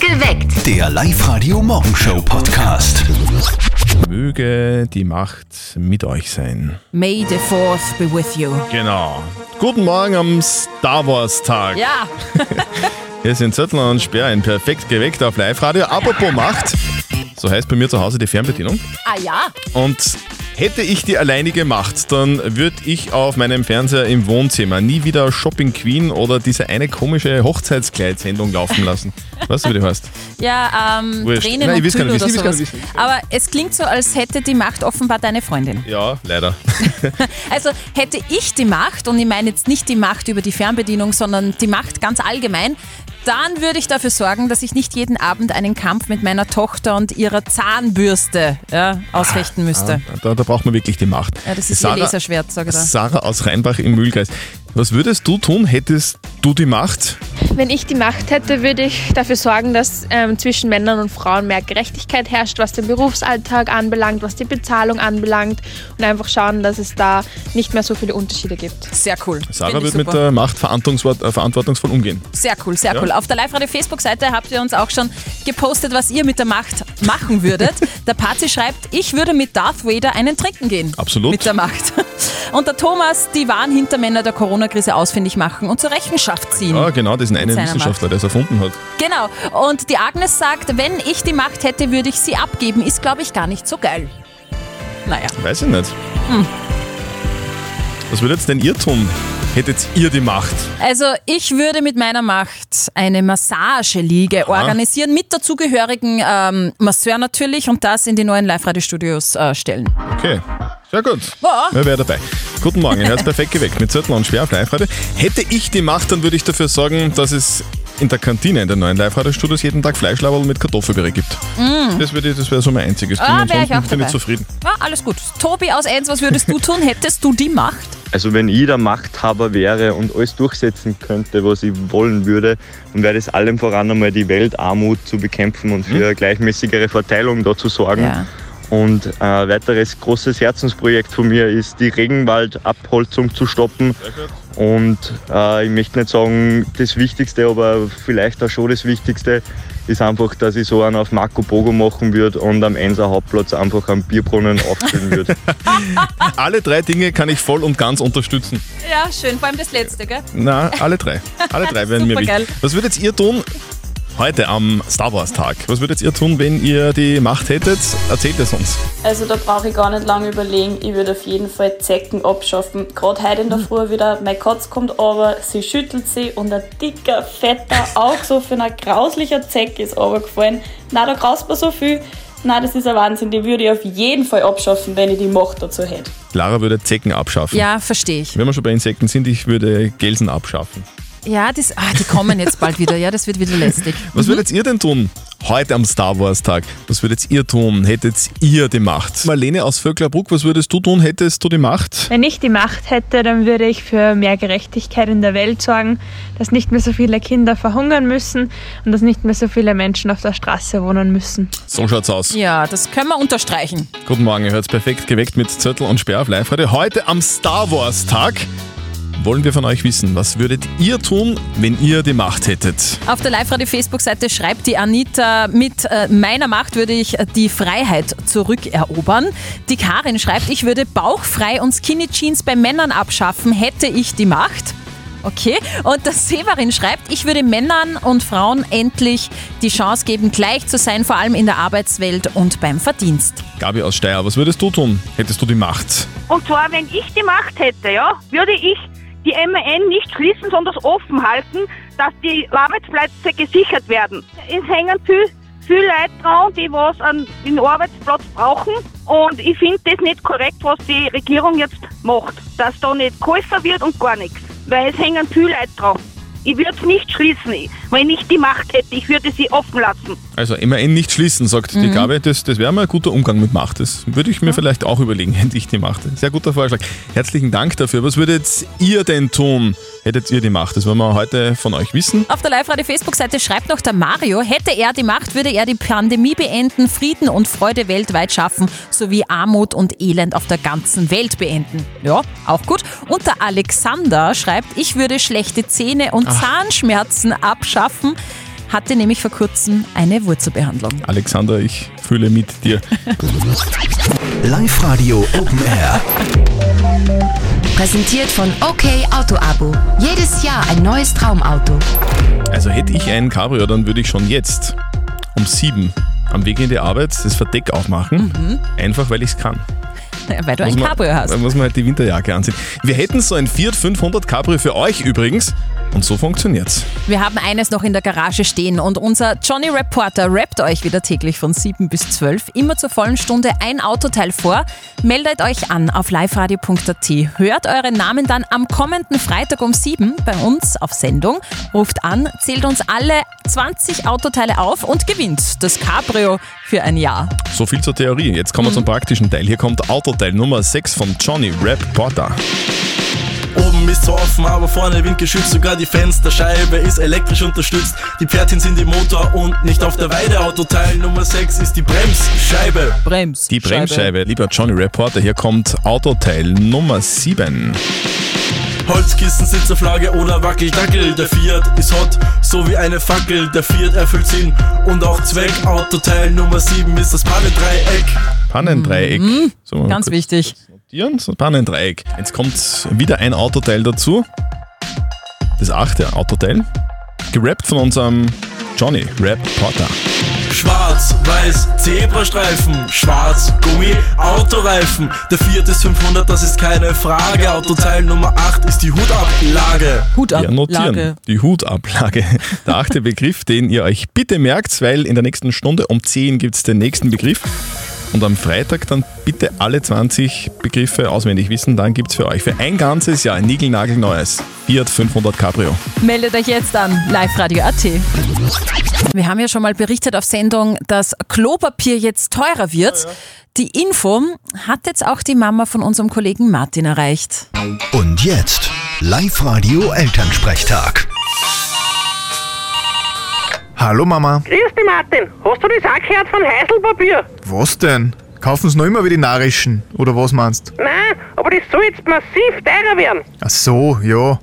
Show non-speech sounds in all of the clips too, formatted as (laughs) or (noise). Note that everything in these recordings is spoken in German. Geweckt. Der Live-Radio-Morgenshow-Podcast. Möge die Macht mit euch sein. May the fourth be with you. Genau. Guten Morgen am Star Wars Tag. Ja, Hier sind Zettler und Sperr in perfekt geweckt auf Live-Radio. Apropos Macht. So heißt bei mir zu Hause die Fernbedienung. ah ja. Und hätte ich die alleinige Macht, dann würde ich auf meinem Fernseher im Wohnzimmer nie wieder Shopping Queen oder diese eine komische Hochzeitskleidsendung laufen lassen. (laughs) Weißt du, wie die heißt? Ja, ähm, Wurscht. Tränen Nein, ich will's und gar Tüll nicht oder wissen, ich will's sowas. gar nicht wissen. Aber es klingt so, als hätte die Macht offenbar deine Freundin. Ja, leider. Also hätte ich die Macht, und ich meine jetzt nicht die Macht über die Fernbedienung, sondern die Macht ganz allgemein, dann würde ich dafür sorgen, dass ich nicht jeden Abend einen Kampf mit meiner Tochter und ihrer Zahnbürste ja, ausfechten müsste. Da, da braucht man wirklich Ah, die Macht. Ja, das ist eh Sarah- ihr Laserschwert, sage ich da. Sarah aus Rheinbach im Mühlkreis. Was würdest du tun, hättest du die Macht? Wenn ich die Macht hätte, würde ich dafür sorgen, dass ähm, zwischen Männern und Frauen mehr Gerechtigkeit herrscht, was den Berufsalltag anbelangt, was die Bezahlung anbelangt und einfach schauen, dass es da nicht mehr so viele Unterschiede gibt. Sehr cool. Sarah Finde ich wird mit super. Mhm. der Macht verantwortungsvoll, äh, verantwortungsvoll umgehen. Sehr cool, sehr Ja. cool. Auf der Live-Radio-Facebook-Seite habt ihr uns auch schon gepostet, was ihr mit der Macht machen (laughs) würdet. der Pazi schreibt, ich würde mit Darth Vader einen trinken gehen. Absolut. Mit der Macht. Und der Thomas, die wahren Hintermänner der Corona-Krise ausfindig machen und zur Rechenschaft ziehen. Ah, genau, das ist ein seiner Wissenschaftler, der es erfunden hat. Genau. Und die Agnes sagt, wenn ich die Macht hätte, würde ich sie abgeben. Ist, glaube ich, gar nicht so geil. Naja. Weiß ich nicht. Hm. Was würdet denn ihr tun? Hättet ihr die Macht? Also ich würde mit meiner Macht eine Massageliege organisieren, mit dazugehörigen ähm, Masseur natürlich und das in die neuen Live-Radio-Studios äh, stellen. Okay, sehr gut. Ja. Wer wäre dabei? Guten Morgen, ihr hört perfekt geweckt mit Zettel und Schwer auf Live-Radio. Hätte ich die Macht, dann würde ich dafür sorgen, dass es in der Kantine in den neuen Live-Radio-Studios jeden Tag Fleischlaberl mit Kartoffelbrei gibt. Das, würde ich- das wäre so mein einziges Ding. Mm. Ah, wär ich Ansonsten auch bin ich dabei. zufrieden. Ja, alles gut. Tobi aus Enns, was würdest du tun? Hättest du die Macht? Also wenn ich der Machthaber wäre und alles durchsetzen könnte, was ich wollen würde, dann wäre es allem voran einmal die Weltarmut zu bekämpfen und für eine gleichmäßigere Verteilung da zu sorgen. Ja. Und äh, ein weiteres großes Herzensprojekt von mir ist, die Regenwaldabholzung zu stoppen. Und äh, ich möchte nicht sagen, das Wichtigste, aber vielleicht auch schon das Wichtigste, ist einfach, dass ich so einen auf Marco Bogo machen würde und am Enser Hauptplatz einfach einen Bierbrunnen auffüllen würde. Alle drei Dinge kann ich voll und ganz unterstützen. Ja, schön. Vor allem das Letzte, gell? Na, alle drei. Alle drei (laughs) wären mir Supergeil. wichtig. Was würdet ihr tun heute am Star Wars Tag? Was würdet ihr tun, wenn ihr die Macht hättet? Erzählt es uns. Also da brauche ich gar nicht lange überlegen. Ich würde auf jeden Fall Zecken abschaffen. Gerade heute in Mhm. der Früh wieder, mein Katz kommt aber, sie schüttelt sie und ein dicker, fetter, auch so für ein grauslicher Zeck ist runtergefallen. Na, da graust man so viel. Na, das ist ein Wahnsinn. Die würde ich auf jeden Fall abschaffen, wenn ich die Macht dazu hätte. Lara würde Zecken abschaffen. Ja, verstehe ich. Wenn wir schon bei Insekten sind, ich würde Gelsen abschaffen. Ja, das, ah, die kommen jetzt bald wieder. Ja, das wird wieder lästig. Was würdet ihr denn tun heute am Star Wars Tag? Was würdet ihr tun? Hättet ihr die Macht? Marlene aus Vöcklerbruck, was würdest du tun? Hättest du die Macht? Wenn ich die Macht hätte, dann würde ich für mehr Gerechtigkeit in der Welt sorgen, dass nicht mehr so viele Kinder verhungern müssen und dass nicht mehr so viele Menschen auf der Straße wohnen müssen. So schaut's aus. Ja, das können wir unterstreichen. Guten Morgen, ihr hört's perfekt geweckt mit Zettel und Sperr auf live heute. Heute am Star Wars Tag wollen wir von euch wissen, was würdet ihr tun, wenn ihr die Macht hättet? Auf der Live-Radio-Facebook-Seite schreibt die Anita, mit äh, meiner Macht würde ich äh, die Freiheit zurückerobern. Die Karin schreibt, ich würde bauchfrei und Skinny Jeans bei Männern abschaffen, hätte ich die Macht. Okay, und der Severin schreibt, ich würde Männern und Frauen endlich die Chance geben, gleich zu sein, vor allem in der Arbeitswelt und beim Verdienst. Gabi aus Steyr, was würdest du tun? Hättest du die Macht? Und zwar, wenn ich die Macht hätte, ja, würde ich die MAN nicht schließen, sondern offen halten, dass die Arbeitsplätze gesichert werden. Es hängen viel, viel Leute dran, die was an den Arbeitsplatz brauchen. Und ich finde das nicht korrekt, was die Regierung jetzt macht. Dass da nicht geholfen wird und gar nichts. Weil es hängen viel Leute dran. Ich würde es nicht schließen, wenn ich die Macht hätte. Ich würde sie offen lassen. Also immerhin nicht schließen, sagt die Gabi. Das, das wäre mal ein guter Umgang mit Macht. Das würde ich mir vielleicht auch überlegen, (laughs) hätte ich die Macht. Sehr guter Vorschlag. Herzlichen Dank dafür. Was würdet ihr denn tun, hättet ihr die Macht? Das wollen wir heute von euch wissen. Auf der Live-Radio-Facebook-Seite schreibt noch der Mario, hätte er die Macht, würde er die Pandemie beenden, Frieden und Freude weltweit schaffen, sowie Armut und Elend auf der ganzen Welt beenden. Ja, auch gut. Und der Alexander schreibt, ich würde schlechte Zähne und Zahnschmerzen abschaffen. hatte nämlich vor kurzem eine Wurzelbehandlung. Alexander, ich fühle mit dir. Live-Radio Open Air. Präsentiert von OK Auto Abo. Jedes Jahr ein neues Traumauto. Also hätte ich ein Cabrio, dann würde ich schon jetzt um sieben am Weg in die Arbeit das Verdeck aufmachen. Einfach weil ich es kann. Ja, Mhm. Weil du ein Cabrio hast. Dann muss man halt die Winterjacke anziehen. Wir hätten so ein Fiat 500 Cabrio für euch übrigens. Und so funktioniert's. Wir haben eines noch in der Garage stehen und unser Johnny Reporter rappt euch wieder täglich von 7 bis 12 immer zur vollen Stunde ein Autoteil vor. Meldet euch an auf liveradio.at. Hört euren Namen dann am kommenden Freitag um 7 bei uns auf Sendung. Ruft an, zählt uns alle 20 Autoteile auf und gewinnt das Cabrio für ein Jahr. So viel zur Theorie. Jetzt Mhm. kommen wir zum praktischen Teil. Hier kommt Autoteil Nummer 6 von Johnny Rap Porter. Oben ist zwar offen, aber vorne windgeschützt. Sogar die Fensterscheibe ist elektrisch unterstützt. Die Pferdchen sind im Motor und nicht auf der Weide. Autoteil Nummer 6 ist die Bremsscheibe. Brems. Die Bremsscheibe, lieber Johnny Reporter, hier kommt Autoteil Nummer 7. Holzkissen, Sitzerflagge oder Wackeldackel. Der Fiat ist hot, so wie eine Fackel. Der Fiat erfüllt Sinn und auch Zweck. Autoteil Nummer 7 ist das Pannendreieck. Pannendreieck. So, mal Mhm. Ganz kurz wichtig. notieren. So, Pannendreieck. Jetzt kommt wieder ein Autoteil dazu. Das achte Autoteil. Gerappt von unserem Johnny Rap Porter. Schwarz, weiß, Zebrastreifen, schwarz, Gummi, Autoreifen. Der Fiat ist 500, das ist keine Frage. Autoteil Nummer 8 ist die Hutablage. Hut ab. Ja, notieren. Lage. Die Hutablage. (laughs) Der achte Begriff, den ihr euch bitte merkt, weil in der nächsten Stunde um 10 gibt es den nächsten Begriff. Und am Freitag dann bitte alle 20 Begriffe auswendig wissen. Dann gibt es für euch für ein ganzes Jahr ein Nigelnagelneues Fiat 500 Cabrio. Meldet euch jetzt an, liveradio.at. Wir haben ja schon mal berichtet auf Sendung, dass Klopapier jetzt teurer wird. Die Info hat jetzt auch die Mama von unserem Kollegen Martin erreicht. Und jetzt Live-Radio Elternsprechtag. Hallo Mama, Grüß dich, Martin. Hast du das angehört von Heißelpapier? was denn? Kaufen sie noch immer wie die Narischen, oder was meinst? Nein, aber das soll jetzt massiv teurer werden. Ach so, ja.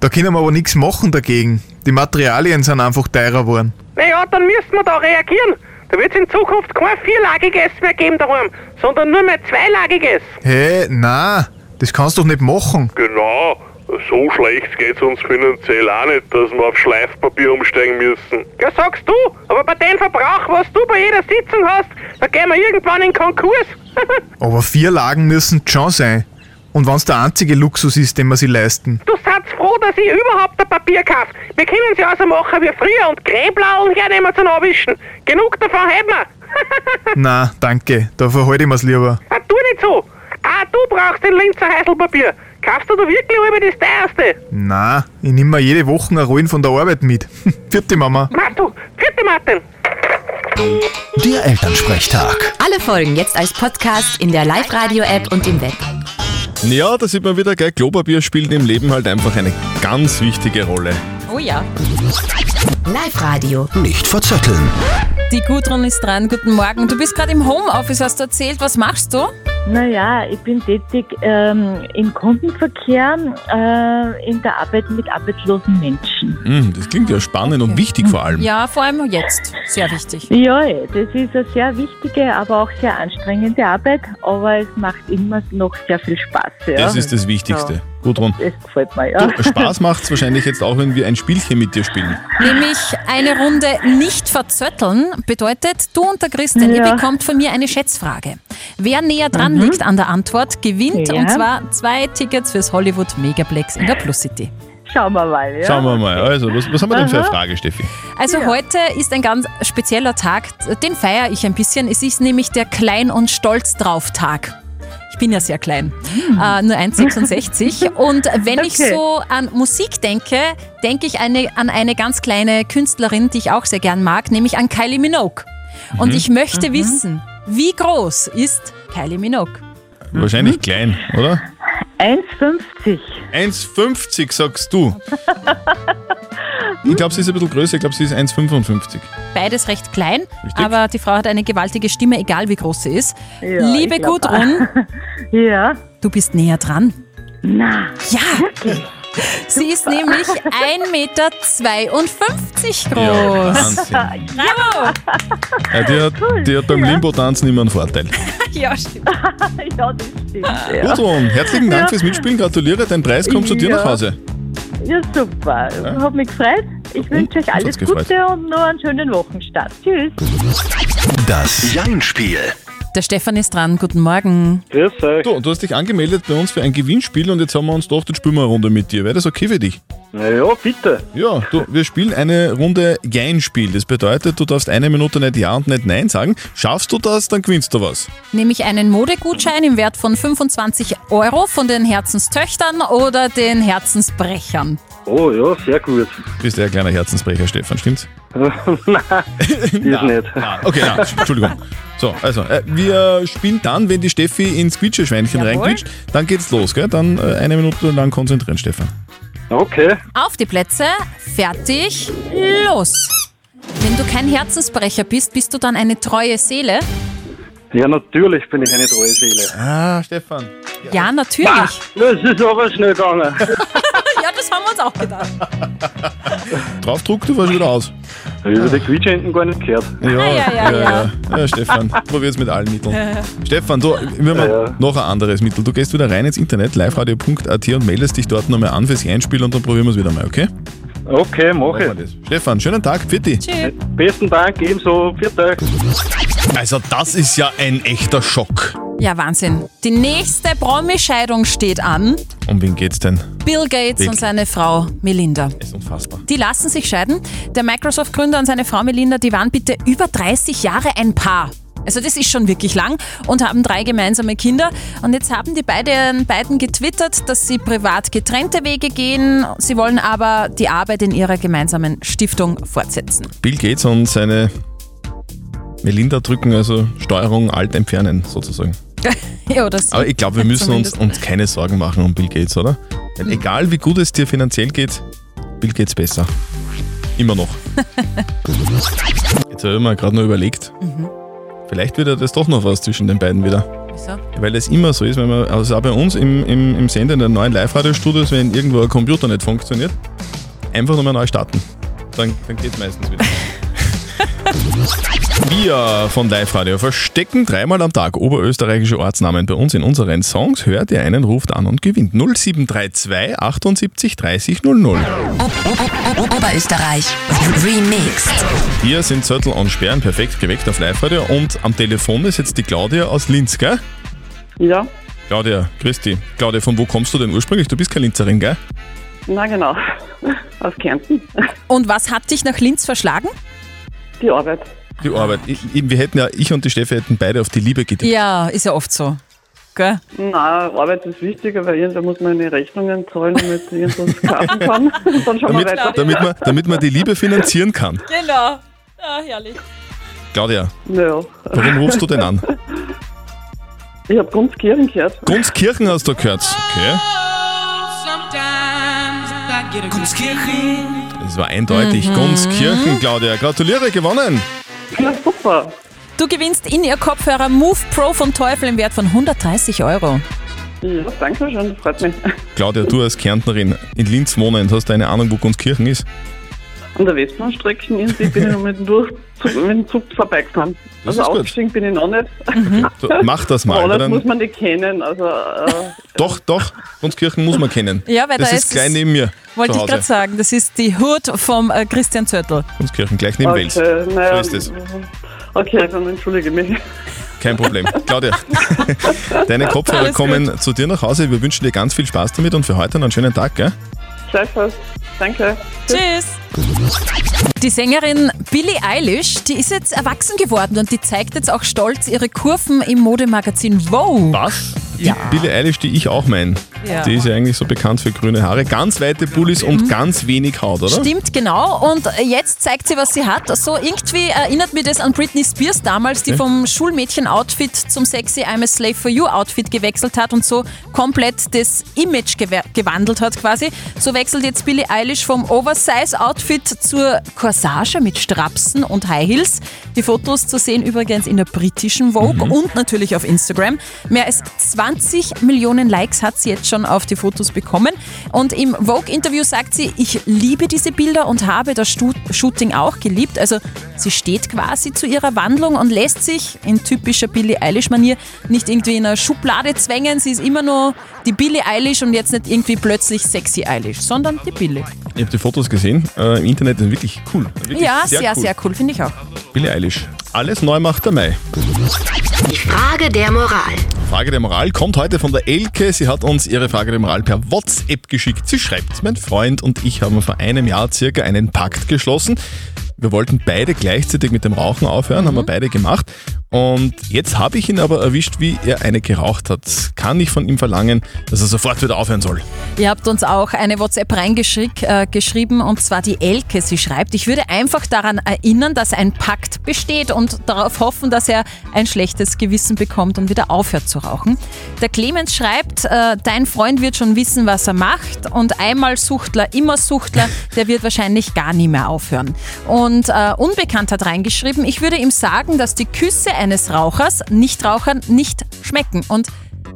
Da können wir aber nichts machen dagegen. Die Materialien sind einfach teurer geworden. Naja, dann müssen wir da reagieren. Da wird es in Zukunft kein vierlagiges mehr geben daheim, sondern nur mehr zweilagiges. Hä, na, das kannst du doch nicht machen. Genau, so schlecht geht's uns finanziell auch nicht, dass wir auf Schleifpapier umsteigen müssen. Ja, sagst du, aber bei dem Verbrauch, was du bei jeder Sitzung hast, da gehen wir irgendwann in Konkurs. Aber vier Lagen müssen schon sein. Und wenn's der einzige Luxus ist, den wir sie leisten. du seid froh, dass ich überhaupt ein Papier kaufe. Wir können sie also machen wie früher und Gräblaulen hernehmen zum Abwischen. Genug davon hätten wir. Na, danke, da verhalte ich mir's lieber. ah, tu nicht so. Ah, du brauchst den Linzer Heißelpapier. Kaufst du da wirklich über das teuerste? Na, ich nimm mir jede Woche eine Rollen von der Arbeit mit. (laughs) Vierte Mama. Mach du, vierte Martin. Der Elternsprechtag. Alle Folgen jetzt als Podcast in der Live-Radio-App und im Web. Ja, da sieht man wieder, gell, Klopapier spielt im Leben halt einfach eine ganz wichtige Rolle. Oh ja. Live-Radio. Nicht verzetteln. Die Gudrun ist dran. Guten Morgen. Du bist gerade im Homeoffice, hast du erzählt. Was machst du? Naja, ich bin tätig ähm, im Kundenverkehr, äh, in der Arbeit mit arbeitslosen Menschen. Hm, das klingt ja spannend und wichtig vor allem. Ja, vor allem jetzt. Sehr wichtig. Ja, eh, das ist eine sehr wichtige, aber auch sehr anstrengende Arbeit, aber es macht immer noch sehr viel Spaß. Ja. Das ist das Wichtigste. Gudrun. Es gefällt mir, ja. Spaß macht's wahrscheinlich jetzt auch, wenn wir ein Spielchen mit dir spielen. Nämlich eine Runde nicht verzötteln bedeutet, du und der Christian, ihr Ja. Mhm. bekommt von mir eine Schätzfrage. Wer näher dran liegt an der Antwort, gewinnt Ja. und zwar zwei Tickets fürs Hollywood Megaplex in der Plus City. Schauen wir mal, ja. Schauen wir mal. Also, was, was haben wir denn für eine Aha. Frage, Steffi? Also heute ist ein ganz spezieller Tag, den feiere ich ein bisschen. Es ist nämlich der Klein- und Stolz-Drauf-Tag. Ich bin ja sehr klein, äh, nur 1,66. und wenn ich Okay. so an Musik denke, denke ich eine, an eine ganz kleine Künstlerin, die ich auch sehr gern mag, nämlich an Kylie Minogue. Und ich möchte wissen, wie groß ist Kylie Minogue? Mhm. Wahrscheinlich klein, oder? 1,50. 1,50 sagst du. Ich glaube, sie ist ein bisschen größer. Ich glaube, sie ist 1,55. Beides recht klein, Richtig. aber die Frau hat eine gewaltige Stimme, egal wie groß sie ist. Ja, Liebe ich glaub- Gudrun, (laughs) Ja. du bist näher dran. Na, Ja, Sie ist nämlich 1,52 Meter Oh. Ja, groß. (laughs) Wahnsinn. Bravo! Ja, die, hat, die hat beim Limbo-Tanzen immer einen Vorteil. ja, stimmt. ja, das stimmt. Ja. Gudrun, herzlichen Dank Ja. fürs Mitspielen. Gratuliere, dein Preis kommt zu dir Ja. nach Hause. Ja, super. Ja. Hab mich gefreut. Ich wünsche euch uns alles hat's gefreut. Gute und noch einen schönen Wochenstart. Tschüss. Das Jein-Spiel. Der Stefan ist dran. Guten Morgen. Grüß euch. Du, du hast dich angemeldet bei uns für ein Gewinnspiel und jetzt haben wir uns gedacht, jetzt spielen wir eine Runde mit dir. Wäre das okay für dich? Ja, bitte. Ja, du, wir spielen eine Runde Jein-Spiel. Das bedeutet, du darfst eine Minute nicht Ja und nicht Nein sagen. Schaffst du das, dann gewinnst du was. Nehme ich einen Modegutschein im Wert von 25 Euro von den Herzenstöchtern oder den Herzensbrechern? Oh ja, sehr gut. Du bist ja ein kleiner Herzensbrecher, Stefan, stimmt's? Nein, nicht. Nein. Okay, nein, Entschuldigung. So, also, äh, wir spielen dann, wenn die Steffi ins Quietscheschweinchen Jawohl. reinquitscht, dann geht's los, gell? Dann äh, eine Minute lang konzentrieren, Stefan. Okay. Auf die Plätze, fertig, los! Wenn du kein Herzensbrecher bist, bist du dann eine treue Seele? Ja, natürlich bin ich eine treue Seele. Ah, Stefan. Ja, natürlich. Das ist aber schnell gegangen. (laughs) ja, das haben wir uns auch gedacht. Draufdruck, du warst wieder aus. Hab ich über die Quietsche hinten gar nicht gehört. Ja, Ah, ja, ja, ja. ja. ja Stefan, probier's mit allen Mitteln. Ja. Stefan, du, wir haben noch ein anderes Mittel. Du gehst wieder rein ins Internet, liveradio.at und meldest dich dort nochmal an fürs Einspiel und dann probieren wir es wieder mal, okay? Okay, mach Machen wir das. Stefan, schönen Tag, Pfitti. ich. Besten Dank, ebenso. Viert euch. Also, das ist ja ein echter Schock. Ja, Wahnsinn. Die nächste Promi-Scheidung steht an. Um wen geht's denn? Bill Gates Wirklich? und seine Frau Melinda. Ist unfassbar. Die lassen sich scheiden. Der Microsoft-Gründer und seine Frau Melinda, die waren bitte über 30 Jahre ein Paar. Also das ist schon wirklich lang und haben drei gemeinsame Kinder. Und jetzt haben die beiden, beiden getwittert, dass sie privat getrennte Wege gehen. Sie wollen aber die Arbeit in ihrer gemeinsamen Stiftung fortsetzen. (laughs) Bill Gates und seine Melinda drücken also Steuerung alt entfernen sozusagen. ja, das Aber ich glaube, wir müssen uns, Zumindest. Hm. uns keine Sorgen machen um Bill Gates, oder? Weil egal wie gut es dir finanziell geht, Bill Gates besser. Immer (laughs) noch. Jetzt habe ich mir gerade noch überlegt, Mhm. vielleicht wird ja das doch noch was zwischen den beiden wieder. Wieso? Weil es immer so ist, wenn man, also auch bei uns im, im, im Sender in den neuen Live-Radio-Studios, wenn irgendwo ein Computer nicht funktioniert, einfach nochmal neu starten. Dann, dann geht meistens wieder. Wir von Live Radio verstecken dreimal am Tag oberösterreichische Ortsnamen bei uns in unseren Songs. Hört ihr einen, ruft an und gewinnt 0732 78 30 00. Oberösterreich. Remixed. Wir sind Zettel und Sperren perfekt geweckt auf Live Radio und am Telefon ist jetzt die Claudia aus Linz, gell? Ja, Claudia, Christi. Claudia, von wo kommst du denn ursprünglich? Du bist keine Linzerin, gell? na genau. (laughs) Aus Kärnten. Und was hat dich nach Linz verschlagen? Die Arbeit. Die Arbeit. Ich, ich- wir hätten ja, ich und die Steffi hätten beide auf die Liebe getippt. Ja, ist ja oft so. Gell? Na, Arbeit ist wichtiger, weil irgendwann muss man meine Rechnungen zahlen, damit (laughs) ich irgendwas kaufen kann. Dann schauen wir Damit, weiter. damit, man, damit man die Liebe finanzieren kann. Genau. Ah, herrlich. Claudia, Ja. warum rufst du denn an? Ich habe Gunskirchen gehört. Gunskirchen hast du gehört. Okay. Das war eindeutig. Mhm. Gunskirchen, Claudia. Gratuliere, gewonnen. Ja, super. Du gewinnst in ihr Kopfhörer Move Pro von Teufel im Wert von 130 Euro. Ja, danke schön, das freut mich. Claudia, du als Kärntnerin in Linz wohnend, hast du eine Ahnung, wo Gunskirchen ist? An der Westbahnstrecke irgendwie bin ich noch mit dem, Durchzug, mit dem Zug vorbeigefahren. Das Also ist gut. ausgestiegen bin ich noch nicht. So, mach das mal. Aber weil Oh, das muss dann, man nicht kennen. Also, äh, doch, doch, Gunskirchen muss man kennen. Ja, weil das da ist ist gleich es- neben mir. Wollte zu ich Hause. gerade sagen, das ist die Hut vom äh, Christian Zörtl. Gunskirchen, gleich neben Wels. naja, So ist es. Okay, dann entschuldige mich. Kein Problem. (laughs) Claudia, deine Kopfhörer Alles gut. kommen zu dir nach Hause. Wir wünschen dir ganz viel Spaß damit und für heute noch einen schönen Tag, gell? Gleichfalls. Danke. Tschüss. Die Sängerin Billie Eilish, die ist jetzt erwachsen geworden und die zeigt jetzt auch stolz ihre Kurven im Modemagazin Wow. Was? Ja. Billie Eilish, die ich auch meine. Ja. Mhm. Die ist ja eigentlich so bekannt für grüne Haare, ganz weite Pullis und ganz wenig Haut, oder? Stimmt, genau. Und jetzt zeigt sie, was sie hat. So irgendwie erinnert mir das an Britney Spears damals, die Okay. vom Schulmädchen-Outfit zum sexy I'm a Slave for You-Outfit gewechselt hat und so komplett das Image gewer- gewandelt hat quasi. So wechselt jetzt Billie Eilish vom Oversize-Outfit zur Corsage mit Strapsen und High Heels. Die Fotos zu sehen übrigens in der Mhm. britischen Vogue und natürlich auf Instagram. Mehr als 20 Millionen Likes hat sie jetzt schon auf die Fotos bekommen. Und im Vogue-Interview sagt sie, ich liebe diese Bilder und habe das Stu Shooting auch geliebt. Also sie steht quasi zu ihrer Wandlung und lässt sich in typischer Billie Eilish-Manier nicht irgendwie in einer Schublade zwängen. Sie ist immer nur die Billie Eilish und jetzt nicht irgendwie plötzlich sexy Eilish, sondern die Billie. Ich habe die Fotos gesehen äh, im Internet, sind wirklich cool. Wirklich ja, sehr, sehr cool, cool finde ich auch. Billie Eilish. Alles neu macht der Mai. Die Frage der Moral. Frage der Moral kommt heute von der Elke. Sie hat uns ihre Frage der Moral per WhatsApp geschickt. Sie schreibt, mein Freund und ich haben vor einem Jahr circa einen Pakt geschlossen. Wir wollten beide gleichzeitig mit dem Rauchen aufhören, Mhm. haben wir beide gemacht. Und jetzt habe ich ihn aber erwischt, wie er eine geraucht hat. Kann ich von ihm verlangen, dass er sofort wieder aufhören soll? Ihr habt uns auch eine WhatsApp reingeschrieben äh, und zwar die Elke. Sie schreibt, ich würde einfach daran erinnern, dass ein Pakt besteht und darauf hoffen, dass er ein schlechtes Gewissen bekommt und wieder aufhört zu rauchen. Der Clemens schreibt, äh, dein Freund wird schon wissen, was er macht und einmal Suchtler, immer Suchtler, der wird wahrscheinlich gar nie mehr aufhören. Und äh, Unbekannt hat reingeschrieben, ich würde ihm sagen, dass die Küsse eines Rauchers Nichtrauchern nicht schmecken und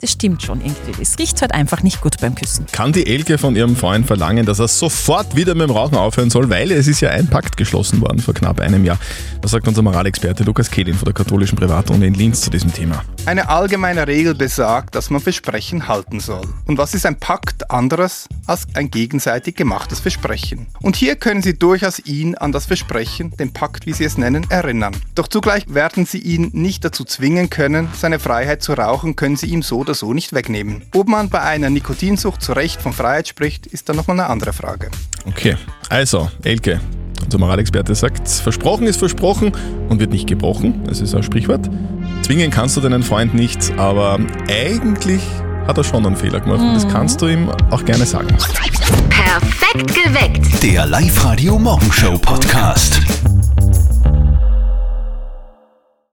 das stimmt schon irgendwie. Es riecht halt einfach nicht gut beim Küssen. Kann die Elke von ihrem Freund verlangen, dass er sofort wieder mit dem Rauchen aufhören soll, weil es ist ja ein Pakt geschlossen worden vor knapp einem Jahr. Das sagt unser Moralexperte Lukas Kehlin von der katholischen Privatuni in Linz zu diesem Thema. Eine allgemeine Regel besagt, dass man Versprechen halten soll. Und was ist ein Pakt anderes als ein gegenseitig gemachtes Versprechen? Und hier können Sie durchaus ihn an das Versprechen, den Pakt, wie Sie es nennen, erinnern. Doch zugleich werden Sie ihn nicht dazu zwingen können, seine Freiheit zu rauchen, können Sie ihm so oder so nicht wegnehmen. Ob man bei einer Nikotinsucht zu Recht von Freiheit spricht, ist dann nochmal eine andere Frage. Okay, also, Elke, unser Moralexperte sagt, versprochen ist versprochen und wird nicht gebrochen. Das ist ein Sprichwort. Zwingen kannst du deinen Freund nicht, aber eigentlich hat er schon einen Fehler gemacht. Und das kannst du ihm auch gerne sagen. Perfekt geweckt. Der Live-Radio Morgenshow Podcast.